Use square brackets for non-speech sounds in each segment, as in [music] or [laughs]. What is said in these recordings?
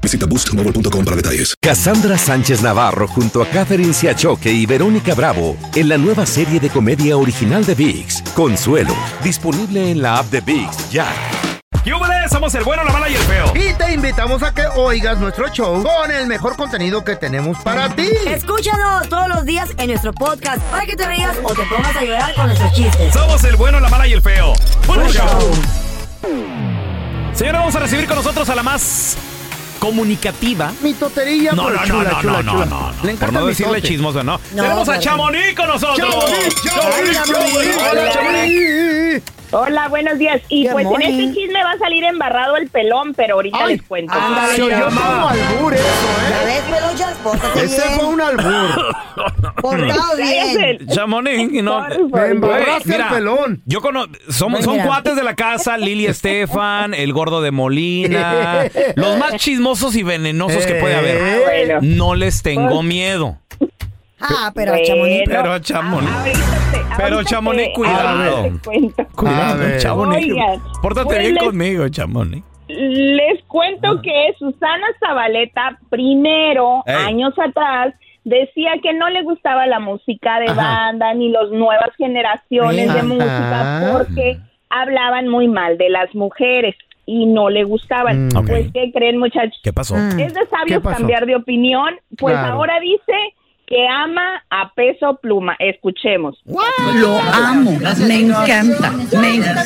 Visita boostmobile.com para detalles. Cassandra Sánchez Navarro junto a Catherine Siachoque y Verónica Bravo en la nueva serie de comedia original de VIX, Consuelo, disponible en la app de VIX ya. ¡Yúbales! Somos el bueno, la mala y el feo. Y te invitamos a que oigas nuestro show con el mejor contenido que tenemos para ti. Escúchanos todos los días en nuestro podcast para que te rías o te pongas a llorar con nuestros chistes. Somos el bueno, la mala y el feo. ¡Bueno show! Señora, vamos a recibir con nosotros a la más comunicativa. Mi toterilla, No, pero no, chula, no, chula, no, no, chula. no, no. Le encanta Por no mi decirle tote. chismoso, no. No, Tenemos a no, Chamonix con nosotros. ¡Chamonix, Chamonix, Hola, Chamonix! Chamonix. ¡Hola, Chamonix! Hola, buenos días. Y Good pues en morning. este chisme va a salir embarrado el pelón, pero ahorita Ay, les cuento. Ándale, se oyó llama. como albur eso, ah, ¿Ya pues, ¿eh? ves, peluchas? Pórtate Ese fue bien. un [laughs] albur. Portado bien. Cállese. Chamonix, y no. Por Me favor. embarraste Güey, mira, el pelón. Yo conozco, somos, Ven, son mira. cuates de la casa, Lili Estefan, el gordo de Molina, los más chismosos y venenosos que puede haber. Bueno. No les tengo miedo. Ah, pero Bueno. Ah, chamonito. Pero Chamonix. Ahorita te- Pero, ahorita Chamonix, te- cuidado. ahorita les cuento. A ver. Chamonix. Oigan, Pórtate pues bien les- conmigo, ¿eh? Chamonix. Les Ah. cuento que Susana Zabaleta, primero, Ey. años atrás, decía que no le gustaba la música de Ajá. banda ni las nuevas generaciones Ajá. de música porque hablaban muy mal de las mujeres y no le gustaban. Mm. Ok. Pues, ¿qué creen, muchachos? ¿Qué pasó? Mm. Es de ¿Qué sabios pasó? cambiar de opinión, pues Claro. ahora dice que ama a peso pluma. Escuchemos. Lo amo, me encanta, me encanta.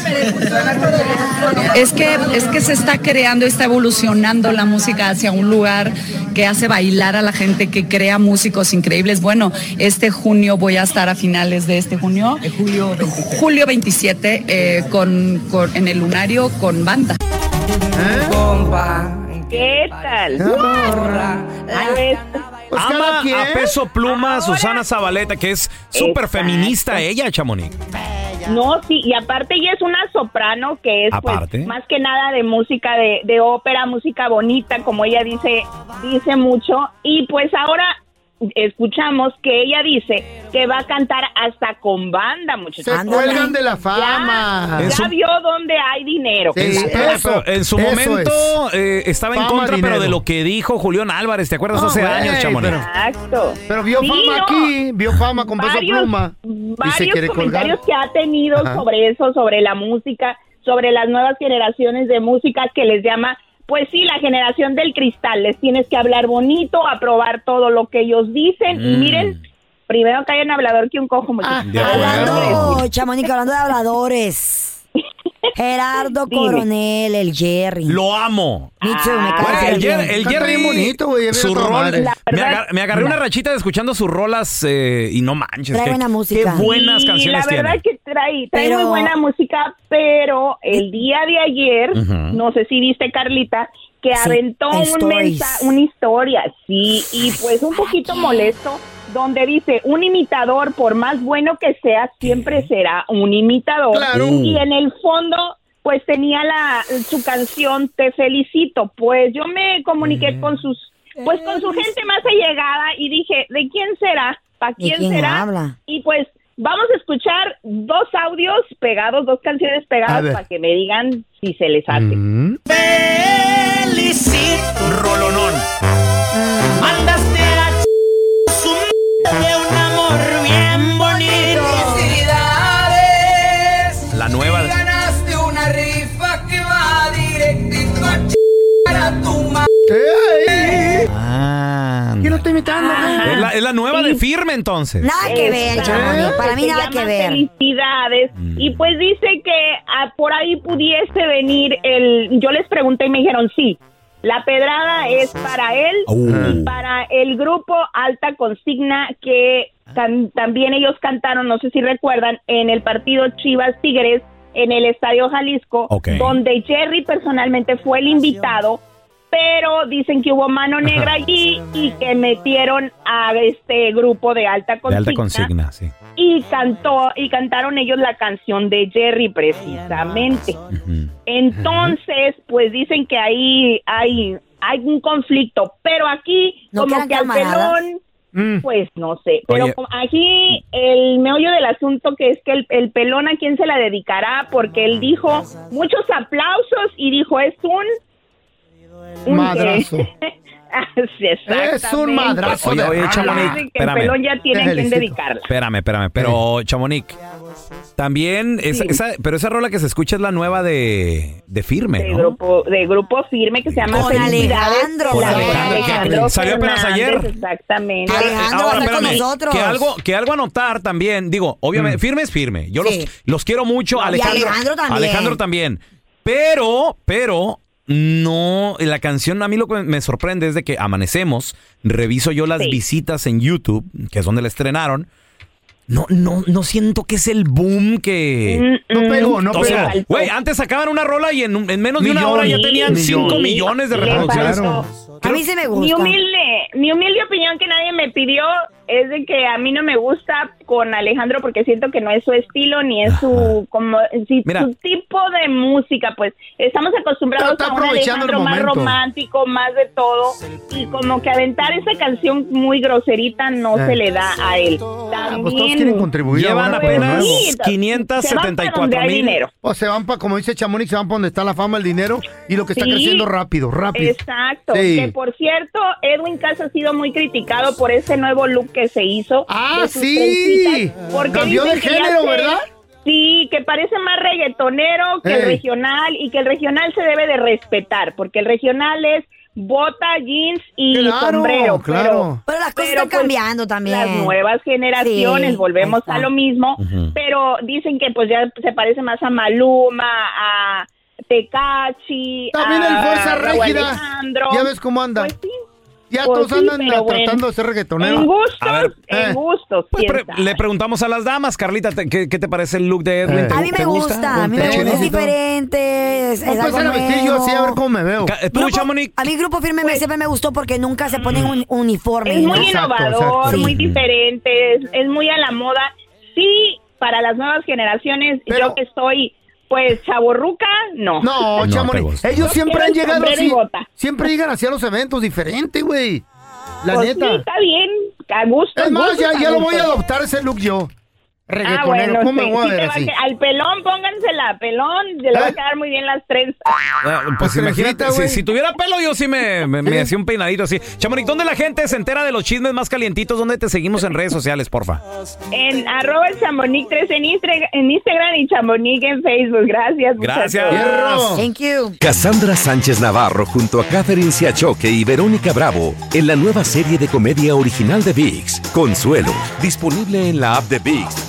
Es que, es que se está creando, está evolucionando la música hacia un lugar que hace bailar a la gente, que crea músicos increíbles. Bueno, este junio voy a estar a finales de este junio, julio 27, eh, con, con- en el lunario con banda. ¿Eh? ¿Qué tal? A ver, Pues Ama cada quien. a peso pluma Susana Zabaleta, que es súper Exacto. feminista ella, Chamonix. no, sí, y aparte ella es una soprano que es pues, Aparte. más que nada de música de, de ópera, música bonita, como ella dice, dice mucho. Y pues ahora escuchamos que ella dice que va a cantar hasta con banda, muchachos. Se Ándale. cuelgan de la Ya, fama. ya Es un- vio dónde hay dinero. Sí. Es- Eh, pero eso, en su eso momento eh, estaba en Fama, contra, pero dinero. de lo que dijo Julián Álvarez, ¿te acuerdas Ah, hace güey, años, Chamonix? pero- Exacto. Pero vio Sí, fama no. aquí, vio fama con peso pluma. Y se quiere varios comentarios colgar. que ha tenido Ajá. sobre eso, sobre la música, sobre las nuevas generaciones de música que les llama, pues sí, la generación del cristal. Les tienes que hablar bonito, aprobar todo lo que ellos dicen. Y Mm. miren, primero cae un hablador que un cojo. muchachos. De acuerdo. Hablando, chamónica, hablando de habladores. Gerardo Dime. Coronel, el Jerry. Lo amo. Me too, me cae Güey, súper Ah, el, bien. Jer- el Canta Jerry bien bonito, güey, mira su toda rol- madre. La me, verdad- agar- me agarré una rachita de escuchando sus rolas eh, y no manches. Trae qué- buena música. Qué buenas Y canciones la verdad tiene. que trae, trae Pero- Eh, muy buena música, pero el día de ayer, Ujú. no sé si viste Carlita, que Sí, aventó un stories. mensa- una historia, sí, y pues un poquito molesto, donde dice, un imitador, por más bueno que sea, siempre será un imitador. Claro. Y en el fondo pues tenía la su canción Te felicito, pues yo me comuniqué con sus pues con su gente más allegada y dije, ¿de quién será? ¿Para Eh. ¿De quién, quién será? habla? Y pues vamos a escuchar dos audios pegados, dos canciones A ver. pegadas para que me digan si se les hace. Mm. Rolonón. Mandaste a ch... su m- de un amor bien bonito. Felicidades. La nueva. de- Ganaste una rifa que va directito a ch... a tu madre. ¡Ey! imitando. Ah. Es la, es la nueva de firme entonces. Ah. Nada que ver, Chamonix. Para mí Se nada que llama ver. Felicidades. Mm. Y pues dice que ah, por ahí pudiese venir el. Yo les pregunté y me dijeron sí. La pedrada es para él Oh. y para el grupo Alta Consigna que tan- también ellos cantaron, no sé si recuerdan, en el partido Chivas Tigres en el Estadio Jalisco, Ok. donde Jerry personalmente fue el invitado, pero dicen que hubo mano negra allí y que metieron a este grupo de Alta De alta consigna consigna, sí. y cantó y cantaron ellos la canción de Jerry precisamente. Ujú. Entonces, pues dicen que ahí hay hay un conflicto, pero aquí ¿No como eran que al camaradas? pelón Mm. pues no sé, pero Oye. como aquí el meollo del asunto que es que el, el pelón a quién se la dedicará porque él dijo muchos aplausos y dijo es un un Madrazo. Sí, Es un exactamente. madrazo Oye, de oye, rana. Dicen Chamonix, que el espérame. pelón ya tiene Te a quién felicito. dedicarla. Espérame, espérame. Pero, Chamonix, también, esa, Sí. esa- pero esa rola que se escucha es la nueva de, de firme, de ¿no? grupo de grupo firme que se llama Con Alejandro, Con con Alejandro, Alejandro, que salió apenas Fernández, ayer. Exactamente. Ah, Alejandro va a estar con nosotros. Mm. que algo, que algo a notar también, digo, obviamente, firme es firme. Yo Sí. los, los quiero mucho, Alejandro. Alejandro también. Alejandro también. Pero, pero, no, la canción a mí lo que me sorprende es de que amanecemos, reviso yo las Sí. visitas en YouTube, que es donde la estrenaron. No, no, no siento que es el boom que. No pegó, no O pegó. sea, Faltó. güey, antes sacaban una rola y en, un- en menos de Millones, una hora ya tenían millones. 5 millones de Le reproducciones. faltó. A mí sí me Mi gusta. humilde, mi humilde opinión que nadie me pidió es de que a mí no me gusta con Alejandro porque siento que no es su estilo ni es su como si- Mira. su tipo de música, pues estamos acostumbrados Está a un aprovechando el Alejandro más momento. romántico, más de todo y como que aventar esa canción muy groserita no Eh. se le da a él. Ah, También pues, pues todos quieren contribuir Llevan ahora con lo apenas nuevo. Sí, 574 se van para donde hay mil. dinero. O Pues se van para, como dice Chamonix, se van para donde está la fama, el dinero y lo que está Sí. creciendo rápido, rápido. Exacto. Sí. Que por cierto, Edwin Casa ha sido muy criticado por ese nuevo look que se hizo. Ah, de sus sí. trencitas, porque Cambió dicen de que ya género, se- ¿verdad? Sí, que parece más reggaetonero que el Ey. regional y que el regional se debe de respetar, porque el regional es bota, jeans y Claro, sombrero. claro. Pero las cosas pero, están pues, cambiando también. Las nuevas generaciones, Sí, volvemos ahí está. a lo mismo, Ujú. pero dicen que pues ya se parece más a Maluma, a Tecachi, También el a Fuerza Ah, Raúl Régida. Alejandro. Ya ves cómo anda. Pues sí, ya pues todos sí, andan pero bueno. tratando de ser en reggaetoneros. gustos, A ver, eh, en gustos. Pues quién pre- sabe. le preguntamos a las damas, Carlita, te- ¿qué, qué te parece el look de Eh. Edwin? ¿Te, A mí te me gusta, a mí me ¿Te gusta. Es gusta? diferente. Es, Voy es a pues, algo empezar a vestir pues, yo así a ver nuevo. pues, cómo me veo. Ca- ¿Tú, Grupo- Chamonix? a mí Grupo Firme me- siempre me gustó porque nunca se ponen un uniforme. Es muy ¿no? Exacto, innovador, exacto. muy Sí. diferente, es, es muy a la moda. Sí, para las nuevas generaciones, Pero- yo que estoy, pues, chaborruca, no. No, No, te Chamonix. gusta. Ellos Yo siempre quiero han el llegado sombrero y así. bota. Siempre llegan hacia los eventos diferente, güey. La Pues neta. sí, está bien, a gusto. es más, ya, ya lo voy a adoptar. adoptar ese look yo. Ah, Reggaetonero. bueno, ¿Cómo sí, me voy a sí te ver va a así? que- al pelón, póngansela, pelón, le va a ¿Eh? quedar muy bien las trenzas. Ah, Pues Pues, imagínate, Carlita, si, güey. si tuviera pelo yo sí me, me, me Sí. hacía un peinadito así. Chamonix, ¿dónde la gente se entera de los chismes más calientitos? ¿Dónde te seguimos en redes sociales, porfa? En arroba el chamonix 3 en, Instre- en Instagram y chamonix en Facebook. Gracias. Gracias. muchachos. Fierro. Thank you. Cassandra Sánchez Navarro junto a Catherine Siachoque y Verónica Bravo en la nueva serie de comedia original de VIX, Consuelo, disponible en la app de VIX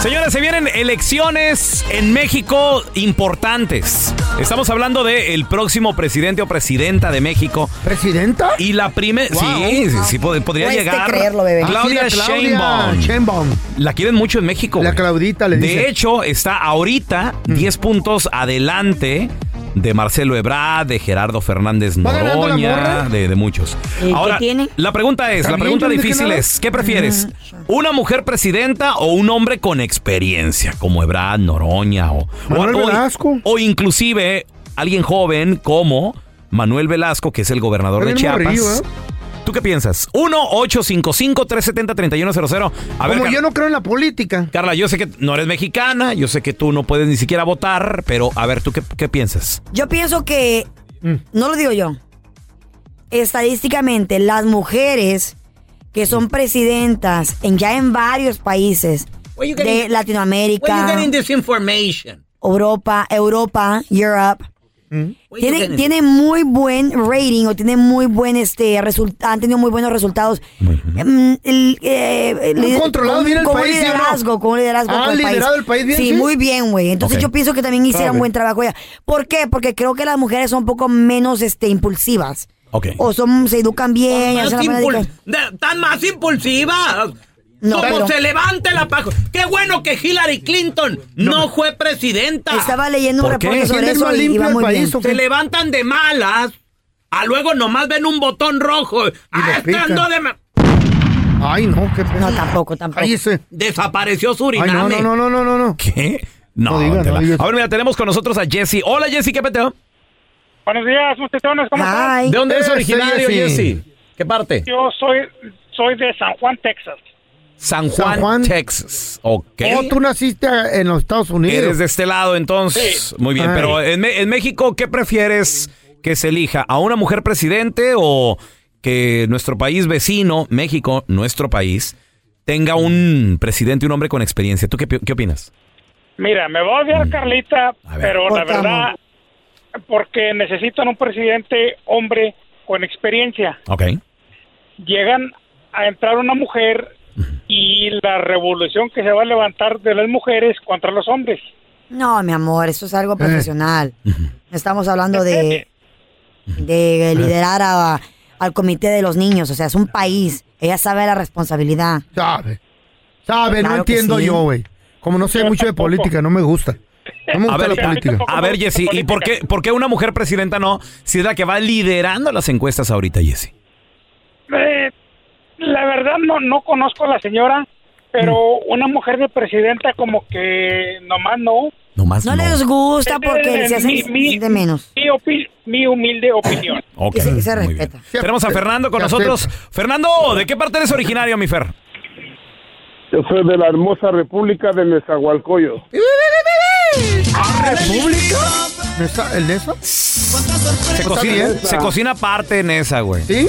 Señores, se vienen elecciones en México importantes. Estamos hablando del próximo presidente o presidenta de México. ¿Presidenta? Y la primera. Sí, sí, sí, pod- podría Cueste llegar. creerlo, bebé. Claudia, Así era Claudia Sheinbaum. La quieren mucho en México. La Claudita le De dicen. hecho, está ahorita Mm. 10 puntos adelante de Marcelo Ebrard, de Gerardo Fernández ¿Va ganando la Noroña, morra? de, de muchos. ¿Y Eh, qué Ahora, tiene? la pregunta es, la ¿También pregunta yo no dije difícil nada? es, ¿qué prefieres? ¿Una mujer presidenta o un hombre con experiencia, como Ebrard, Noroña o, Manuel o, o- Velasco. o inclusive alguien joven como Manuel Velasco, que es el gobernador de Pero el Chiapas? morrillo, ¿eh? ¿Tú qué piensas? 1-855-370-3100. A ver, Como Car- yo no creo en la política. Carla, yo sé que no eres mexicana, yo sé que tú no puedes ni siquiera votar, pero a ver, ¿tú qué, qué piensas? Yo pienso que, no lo digo yo, estadísticamente las mujeres que son presidentas en ya en varios países you de getting- Where you Latinoamérica, getting this information? Europa, Europa, Europe, Mm. Where you tiene, getting- tiene muy buen rating o tiene muy buen este result- han tenido muy buenos resultados. Mm, el, eh, ¿Han lider- controlado con- bien el con un país, sí o no? liderazgo, con un liderazgo ¿Han con el liderado país. el país bien, Sí, sí? muy bien, güey. Entonces Ok. yo pienso que también hicieron Ok. buen trabajo ella. ¿Por qué? Porque creo que las mujeres son un poco menos este impulsivas. Ok. O son se educan bien, Más hacen la buena impul- educación. de- tan más impulsiva. No, Como pero- se levante la paja. Qué bueno que Hillary Clinton no, fue presidenta. Estaba leyendo un ¿Por qué? reporte sobre ¿Tiene eso más y- y limpio va el muy país, bien. o qué? Se levantan de malas. A luego nomás ven un botón rojo. Ah, pican. estando de ma- Ay, no, qué No, tampoco, tampoco. Desapareció ¿Eh? Ay, no, Suriname. no, no, no, no, no, no. ¿Qué? No, te la- A ver, mira, tenemos con nosotros a Jesse. Hola, Jesse, ¿qué peteo? Buenos días, muchachones, ¿cómo están? ¿De dónde Este, eres originario, Jesse? ¿Qué parte? Yo soy, soy de San Juan, Texas. San Juan, Texas. Ok. Oh, tú naciste en los Estados Unidos. Eres de este lado, entonces. Muy bien, Ay. pero en, Me- en México, ¿qué prefieres que se elija? ¿A una mujer presidente o que nuestro país vecino, México, nuestro país, tenga un presidente, un hombre con experiencia? ¿Tú qué, pi- qué opinas? Mira, me va a Mm. odiar Carlita, pero la Por favor. verdad, porque necesitan un presidente hombre con experiencia. Ok. Llegan a entrar una mujer y la revolución que se va a levantar de las mujeres contra los hombres. No, mi amor, eso es algo profesional. Estamos hablando de, de liderar a- al comité de los niños, o sea, es un país. Ella sabe la responsabilidad. Sabe. Sabe, Claro no que entiendo sí. yo, güey. Como no sé mucho de política, no me gusta. No me gusta A ver, la política. a ver, Jesse, ¿y por qué, por qué una mujer presidenta no? Si es la que va liderando las encuestas ahorita, Jesse. Eh, la verdad no, no conozco a la señora, pero Mm. una mujer de presidenta como que nomás no. Nomás no. les gusta porque Eh, se hacen mi- mi- de menos. Mi, opi- mi humilde opinión. Ok. Y se, muy se bien. respeta. Tenemos a Fernando con se nosotros. Fernando, ¿de qué parte eres originario, mi Fer? Yo soy de la hermosa República de Nezahualcóyotl. Ah, ¿República? ¿Nesa- ¿El Nesa? Se Está cocina, ¿eh? bien. se cocina aparte en esa, güey. ¿Sí?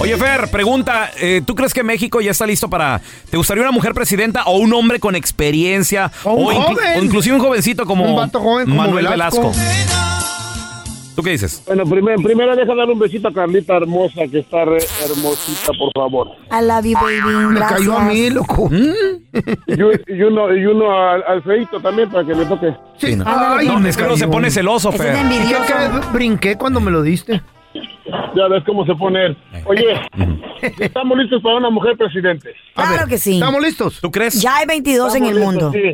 Oye, Fer, pregunta, eh, ¿tú crees que México ya está listo para... ¿Te gustaría una mujer presidenta o un hombre con experiencia? O un inclu- joven. o inclusive un jovencito como, Un vato joven como Manuel Velasco. Velasco. ¿Tú qué dices? Bueno, primero, primero deja dar un besito a Carlita hermosa, que está re hermosita, por favor. I love you, baby. Me cayó a Gracias. mí, loco. Y, un- y uno, y uno al, al feito también, para que le toque. Sí, no. No, es que luego se pone celoso, Ese es Fer. envidioso. Creo que brinqué cuando me lo diste. Ya ves cómo se pone él. Oye, estamos listos para una mujer presidente. Claro que sí. ¿Estamos listos? ¿Tú crees? Ya hay 22 en Estamos el mundo. listos, sí.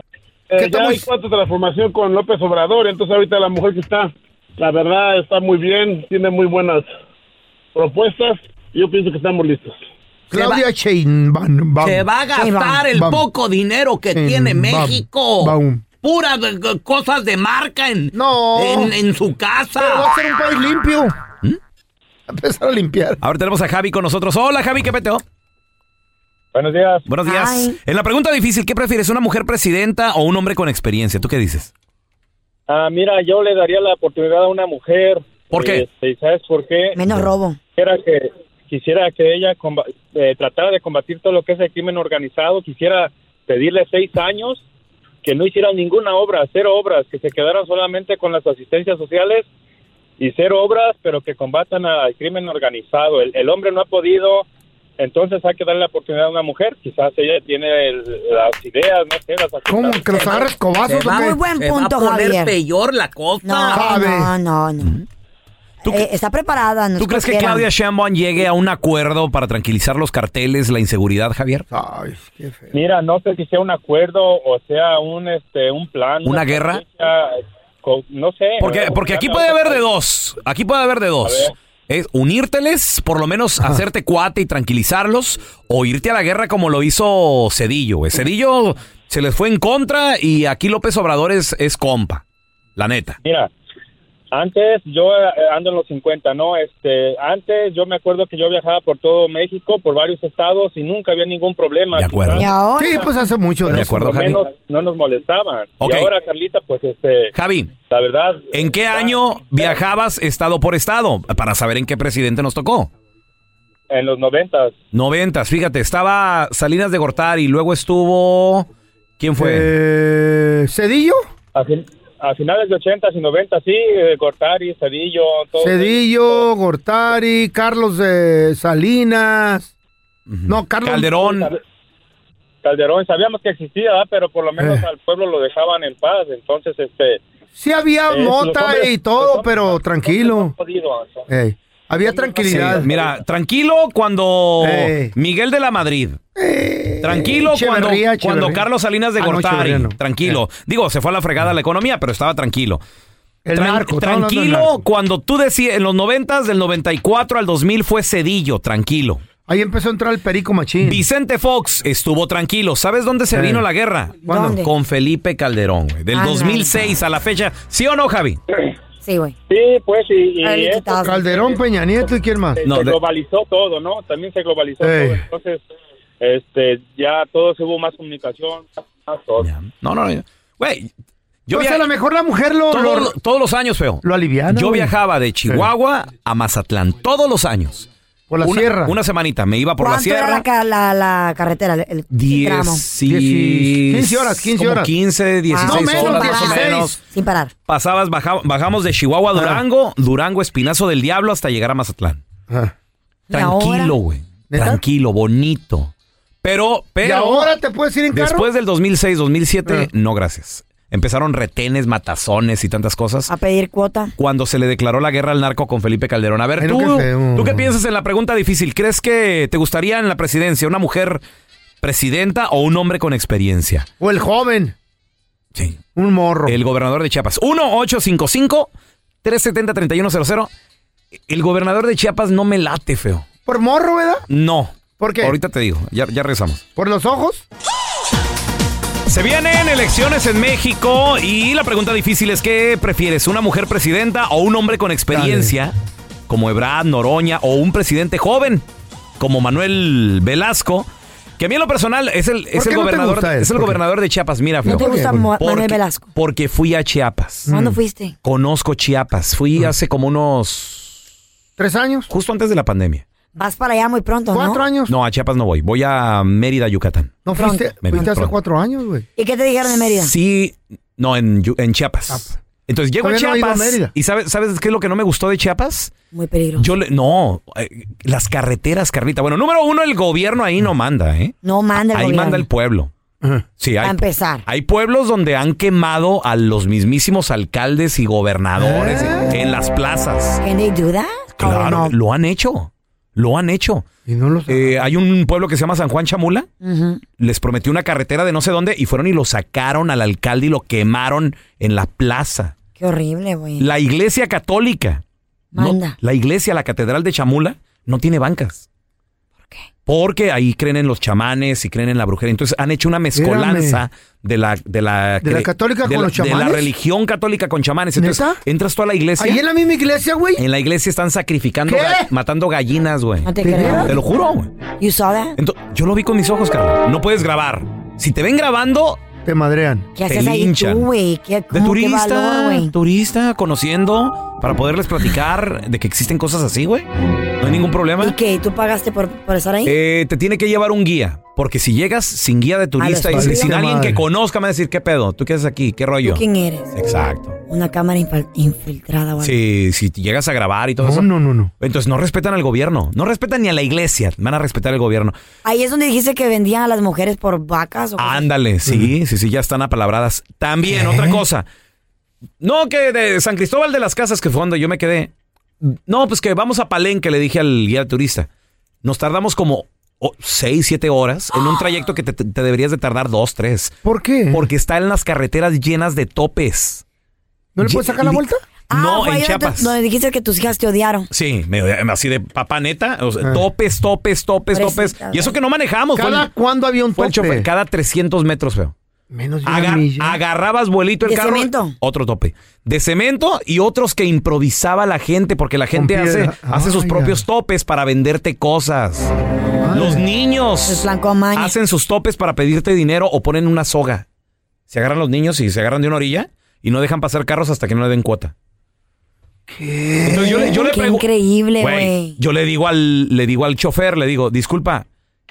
Eh, ya hay cuatro transformación con López Obrador, entonces ahorita la mujer que está, la verdad, está muy bien, tiene muy buenas propuestas. Yo pienso que estamos listos. Claudia Sheinbaum. Se va a gastar el poco dinero que Sí, tiene bam, México. bam. Puras eh, cosas de marca en, No. en, en su casa. ¿Mm? Pero va a ser un país limpio. Empezar a limpiar. Ahora tenemos a Javi con nosotros. Hola, Javi, ¿qué peteo? Buenos días. Buenos días. Hi. En la pregunta difícil, ¿qué prefieres, una mujer presidenta o un hombre con experiencia? ¿Tú qué dices? Ah, mira, yo le daría la oportunidad a una mujer. ¿Por qué? Este, ¿y ¿Sabes por qué? Menos robo. Quisiera que, quisiera que ella comba- eh, tratara de combatir todo lo que es el crimen organizado. Quisiera pedirle seis años que no hiciera ninguna obra, cero obras, que se quedaran solamente con las asistencias sociales y cero obras, pero que combatan al crimen organizado. El, el hombre no ha podido Entonces hay que darle la oportunidad a una mujer, quizás ella tiene el- las ideas, no sé, las ¿Cómo? ¿Que los agarres cobazos Se va- o qué? Muy buen Se va a punto, poner Javier. peor la cosa. No, no, no, no. Eh, está preparada. no es ¿Tú crees que cualquiera. Claudia Sheinbaum llegue a un acuerdo para tranquilizar los carteles, la inseguridad, Javier? Mira, no sé si sea un acuerdo o sea un este un plan. ¿Una guerra? estrategia, co- No sé. Porque, ¿verdad? porque aquí Ya puede no- haber de dos. Aquí puede haber de dos. Es unírteles, por lo menos hacerte cuate y tranquilizarlos, o irte a la guerra como lo hizo Cedillo. güey. Cedillo se les fue en contra y aquí López Obrador es, es compa. La neta. Mira, antes yo eh, ando en los 50, ¿no? Este, antes yo me acuerdo que yo viajaba por todo México, por varios estados y nunca había ningún problema. De acuerdo. Sí, pues hace mucho. de De acuerdo, menos no nos molestaban. Ok. Y ahora, Carlita, pues este. Javi. La verdad. ¿En qué año viajabas estado por estado? Para saber en qué presidente nos tocó. En los 90. Noventas, fíjate, estaba Salinas de Gortari, luego estuvo... ¿Quién fue? Eh, Pues, ¿Cedillo? A, fin- a finales de 80 y 90, sí, eh, Gortari, Cedillo, todo. Cedillo, Gortari, Carlos de Salinas. No, Carlos. Calderón, sabíamos que existía, ¿verdad? pero por lo menos al pueblo lo dejaban en paz, entonces este Eh. Sí había Eh, los mota hombres- y todo, pero tranquilo. podido, o sea, Ey, había tranquilidad. Sí, mira, tranquilo cuando Ey. Miguel de la Madrid. Tranquilo Ey, Eh. cuando, Echeverría, Echeverría. cuando Carlos Salinas de Ah, no, Gortari. Echeverría no. Tranquilo. Digo, se fue a la fregada la economía, pero estaba tranquilo. El narco, estaba hablando del tranquilo narco. cuando tú decías, en los noventas, del 94 al 2000 fue Cedillo, tranquilo. Ahí empezó a entrar el perico machín. Vicente Fox estuvo tranquilo. ¿Sabes dónde se Eh. vino la guerra? ¿Cuándo? ¿Dónde? Con Felipe Calderón, güey. Del Ah, no. 2006 a la fecha. ¿Sí o no, Javi? Sí, güey. Sí, pues, y, y Early esto este, 2000s. Calderón, Peña Nieto y quién más. se globalizó todo, ¿no? También se globalizó Ey. todo, entonces este ya todos hubo más comunicación, más todo. No, no, no. Güey, yo Entonces, via- Pues a lo mejor la mujer lo. Todos, lo- todos los años, feo. Lo aliviana, Yo güey. viajaba de Chihuahua a Mazatlán todos los años. Por la una, sierra. Una semanita. Me iba por la ¿Cuánto era sierra. la, ca- la, la carretera? El, el tramo. Dieci- 15 horas, 15 como horas. 15, 16 Ah, no menos, horas más o 16. menos. Sin parar. Pasabas, baja- bajamos de Chihuahua a Durango, Durango, Espinazo del Diablo hasta llegar a Mazatlán. ¿La hora? Tranquilo, güey. Tranquilo, bonito. Pero, pero. ¿Y ahora te puedes ir en carro? Ah. Después del 2006, 2007, no gracias. Empezaron retenes, matazones y tantas cosas. A pedir cuota. Cuando se le declaró la guerra al narco con Felipe Calderón. A ver, Ay, uh. no, tú, qué feo. ¿tú qué piensas en la pregunta difícil? ¿Crees que te gustaría en la presidencia una mujer presidenta o un hombre con experiencia? O el joven. Sí. Un morro. El gobernador de Chiapas. 1-855-370-3100. El gobernador de Chiapas no me late, feo. Por morro, ¿verdad? No. ¿Por qué? Ahorita te digo, ya, ya regresamos. Por los ojos. Se vienen elecciones en México y la pregunta difícil es ¿qué prefieres? ¿Una mujer presidenta o un hombre con experiencia como Ebrad, Noroña o un presidente joven como Manuel Velasco? Que a mí en lo personal es el, qué no es el te gobernador, gusta él? es el ¿Por qué? gobernador de Chiapas, mira, ¿No Feo. te gusta Mo- Manuel Velasco? Porque fui a Chiapas. ¿Cuándo fuiste? Conozco Chiapas. Fui Mm. hace como unos tres años. Justo antes de la pandemia. Vas para allá muy pronto, ¿no? Cuatro años. No, a Chiapas no voy. Voy a Mérida, Yucatán. No fuiste, Me vi fuiste hace pronto. cuatro años, güey. ¿Y qué te dijeron de Mérida? Sí, no, en, Yu- en Chiapas. Entonces llego a Todavía no he ido a Chiapas. Mérida. ¿Y sabes, sabes qué es lo que no me gustó de Chiapas? Muy peligroso. Yo le- no, eh, las carreteras, Carlita. Bueno, número uno, el gobierno ahí no manda, ¿eh? No manda el ahí gobierno. manda el pueblo. Sí, A hay, empezar. hay pueblos donde han quemado a los mismísimos alcaldes y gobernadores en las plazas. ¿Can they do that? Claro, lo han hecho. Lo han hecho. Eh, hay un pueblo que se llama San Juan Chamula Ujú. les prometió una carretera de no sé dónde y fueron y lo sacaron al alcalde y lo quemaron en la plaza. Qué horrible, güey. La iglesia católica, Manda. la iglesia, la catedral de Chamula, no tiene bancas. ¿Por qué? Porque ahí creen en los chamanes y creen en la brujería. Entonces han hecho una mezcolanza de la, de la... ¿De la católica con la- los De la chamanes? religión católica con chamanes. Entonces entras tú a la iglesia... Ahí en la misma iglesia, güey. En la iglesia están sacrificando, ¿Qué? ga- matando gallinas, güey. No te creo. Te lo juro, güey. You saw that? Ento- yo lo vi con mis ojos, Carlos. No puedes grabar. Si te ven grabando, te madrean. ¿Qué Te haces ahí linchan. tú, güey? ¿Qué, De cómo, qué valor, turista, güey? turista, conociendo, para poderles platicar de que existen cosas así, güey. No hay ningún problema. ¿Y qué? ¿Tú pagaste por, por estar ahí? Eh, te tiene que llevar un guía, porque si llegas Ah, sin guía de turista y despacio. sin Vale, alguien madre. que conozca, me va a decir, ¿qué pedo? ¿Tú qué haces aquí? ¿Qué rollo? ¿Tú quién eres? Exacto. una cámara infal- infiltrada o algo. Si, si llegas a grabar y todo No, eso. no, no. Entonces no respetan al gobierno. No respetan ni a la iglesia. Van a respetar al gobierno. Ahí es donde dijiste que vendían a las mujeres por vacas Ah, o Ándale, sí, sí, sí, ya están apalabradas. También, otra cosa. No, que de San Cristóbal de las Casas, que fue donde yo me quedé. No, pues que vamos a Palenque, le dije al guía turista. Nos tardamos como oh, seis, siete horas en un trayecto que te, te deberías de tardar dos, tres. ¿Por qué? Porque está en las carreteras llenas de topes. ¿No le Ye- puedes sacar la di- vuelta? no, Ah, fue en ahí donde- Chiapas. Donde dijiste que tus hijas te odiaron. Sí, me- em, así de papá neta, o sea, topes, topes, topes, topes. Pobrecita, Y eso que no manejamos. Ah. ¿Cada cuándo había un tope? cada 300 metros, feo. Menos de una Agar- milla. agarrabas vuelito el ¿De carro. cemento? Otro tope. De cemento y otros que improvisaba la gente, porque la gente hace, piedra. hace sus Ay, propios topes para venderte cosas. Los niños hacen sus topes para pedirte dinero o ponen una soga. Se agarran los niños y se agarran de una orilla y no dejan pasar carros hasta que no le den cuota. Entonces yo le- yo le Qué pregu- increíble, Güey, güey. Yo le digo al, le digo al chofer, le digo, disculpa,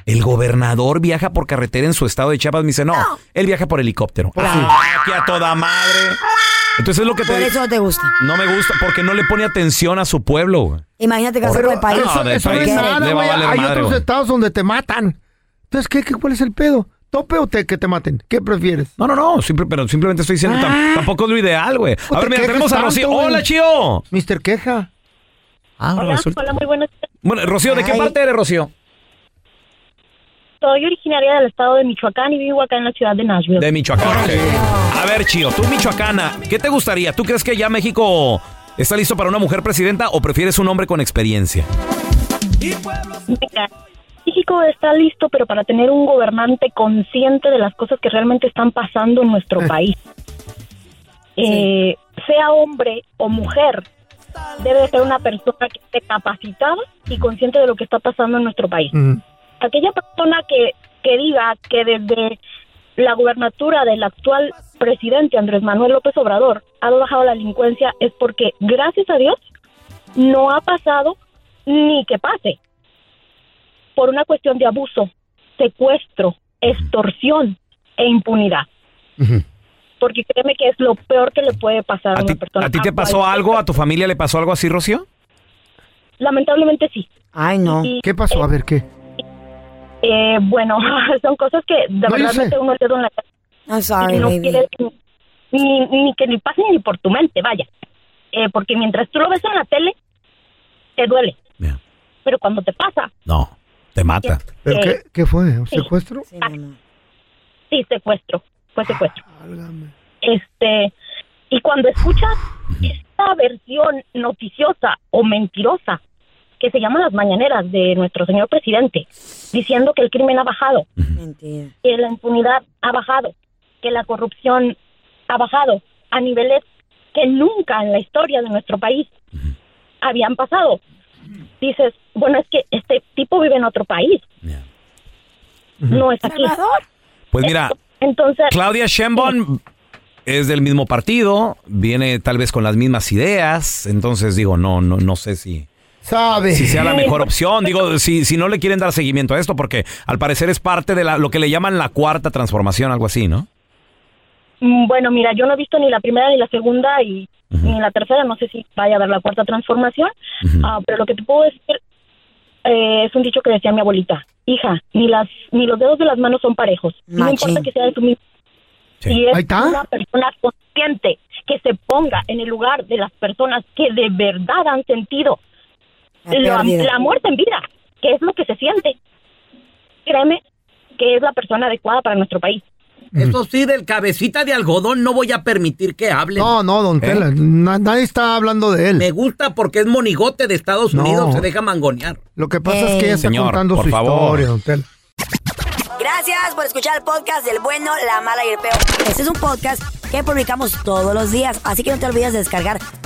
el gobernador viaja por carretera en su estado de Chiapas. Me dice, no, él viaja por helicóptero. Ah, que a toda madre. Entonces es lo que te Por eso no te gusta. No me gusta, porque no le pone atención a su pueblo. güey. Imagínate que hace Pero- por el país. No, del Eso no país es le nada, va a güey. valer Hay madre, otros güey. estados donde te matan. Entonces, ¿qué, qué, cuál es el pedo? ¿Tope o te, que te maten? ¿Qué prefieres? Ah, No, no, no, simple- pero simplemente estoy diciendo, tam- tampoco es lo ideal, güey. A te ver, mira, quejes tenemos a tanto, Rocío. güey. Hola, Chío. Mister Queja. Ah, resulta- Hola, muy buenos días. Bueno, Rocío, ¿de qué Ay. parte eres, Rocío? Soy originaria del estado de Michoacán y vivo acá en la ciudad de Nashville. De Michoacán. ok. A ver, Chío, tú michoacana, ¿qué te gustaría? ¿Tú crees que ya México está listo para una mujer presidenta o prefieres un hombre con experiencia? Mira, México está listo, pero para tener un gobernante consciente de las cosas que realmente están pasando en nuestro [laughs] país. Eh, Sea hombre o mujer, debe de ser una persona que esté capacitada y consciente de lo que está pasando en nuestro país. Mm. aquella persona que, que diga que desde la gubernatura del actual presidente Andrés Manuel López Obrador ha bajado la delincuencia es porque, gracias a Dios, no ha pasado ni que pase por una cuestión de abuso, secuestro, extorsión e impunidad. Porque créeme que es lo peor que le puede pasar a, una persona. ¿A ti te pasó algo? ¿A tu familia le pasó algo así, Rocío? Lamentablemente sí. Ay, no. ¿Qué pasó? A ver, ¿qué? Eh, bueno, [laughs] son cosas que de yo verdad sé. mete uno el dedo en la cara. I'm sorry, Y no baby. quieres ni, ni que le pasen ni por tu mente, vaya. Eh, porque mientras tú lo ves en la tele, te duele. Pero cuando te pasa, No, te mata. ¿Pero Eh, qué, qué fue? ¿Un sí. secuestro? Ah, ah, sí, secuestro. Fue secuestro. Este, y cuando escuchas esta versión noticiosa o mentirosa que se llama las mañaneras de nuestro señor presidente, diciendo que el crimen ha bajado, Mentira. que la impunidad ha bajado, que la corrupción ha bajado a niveles que nunca en la historia de nuestro país habían pasado. Dices, bueno, es que este tipo vive en otro país. No es aquí. Pues mira, Entonces, Claudia Sheinbaum es del mismo partido, viene tal vez con las mismas ideas, entonces digo, no, no, no sé si... ¿Sabe? si sea la mejor opción. Digo, si, si no le quieren dar seguimiento a esto, porque al parecer es parte de la- lo que le llaman la cuarta transformación, algo así, ¿no? Mm, Bueno, mira, yo no he visto ni la primera ni la segunda y ni la tercera, no sé si vaya a haber la cuarta transformación, Ah, pero lo que te puedo decir eh, es un dicho que decía mi abuelita, hija, ni las ni los dedos de las manos son parejos, no Machín. importa que sea de tu mismo. Si es una persona consciente que se ponga en el lugar de las personas que de verdad han sentido La la, pérdida. la muerte en vida, que es lo que se siente. Créeme que es la persona adecuada para nuestro país. Eso sí, del cabecita de algodón no voy a permitir que hable. No, no, ¿Eh? don Tela. na- nadie está hablando de él. Me gusta porque es monigote de Estados No. Unidos, se deja mangonear. Lo que pasa es que ella está Señor, contando por su favor. historia, don Tela. Gracias por escuchar el podcast del bueno, la mala y el peor. Este es un podcast que publicamos todos los días, así que no te olvides de descargar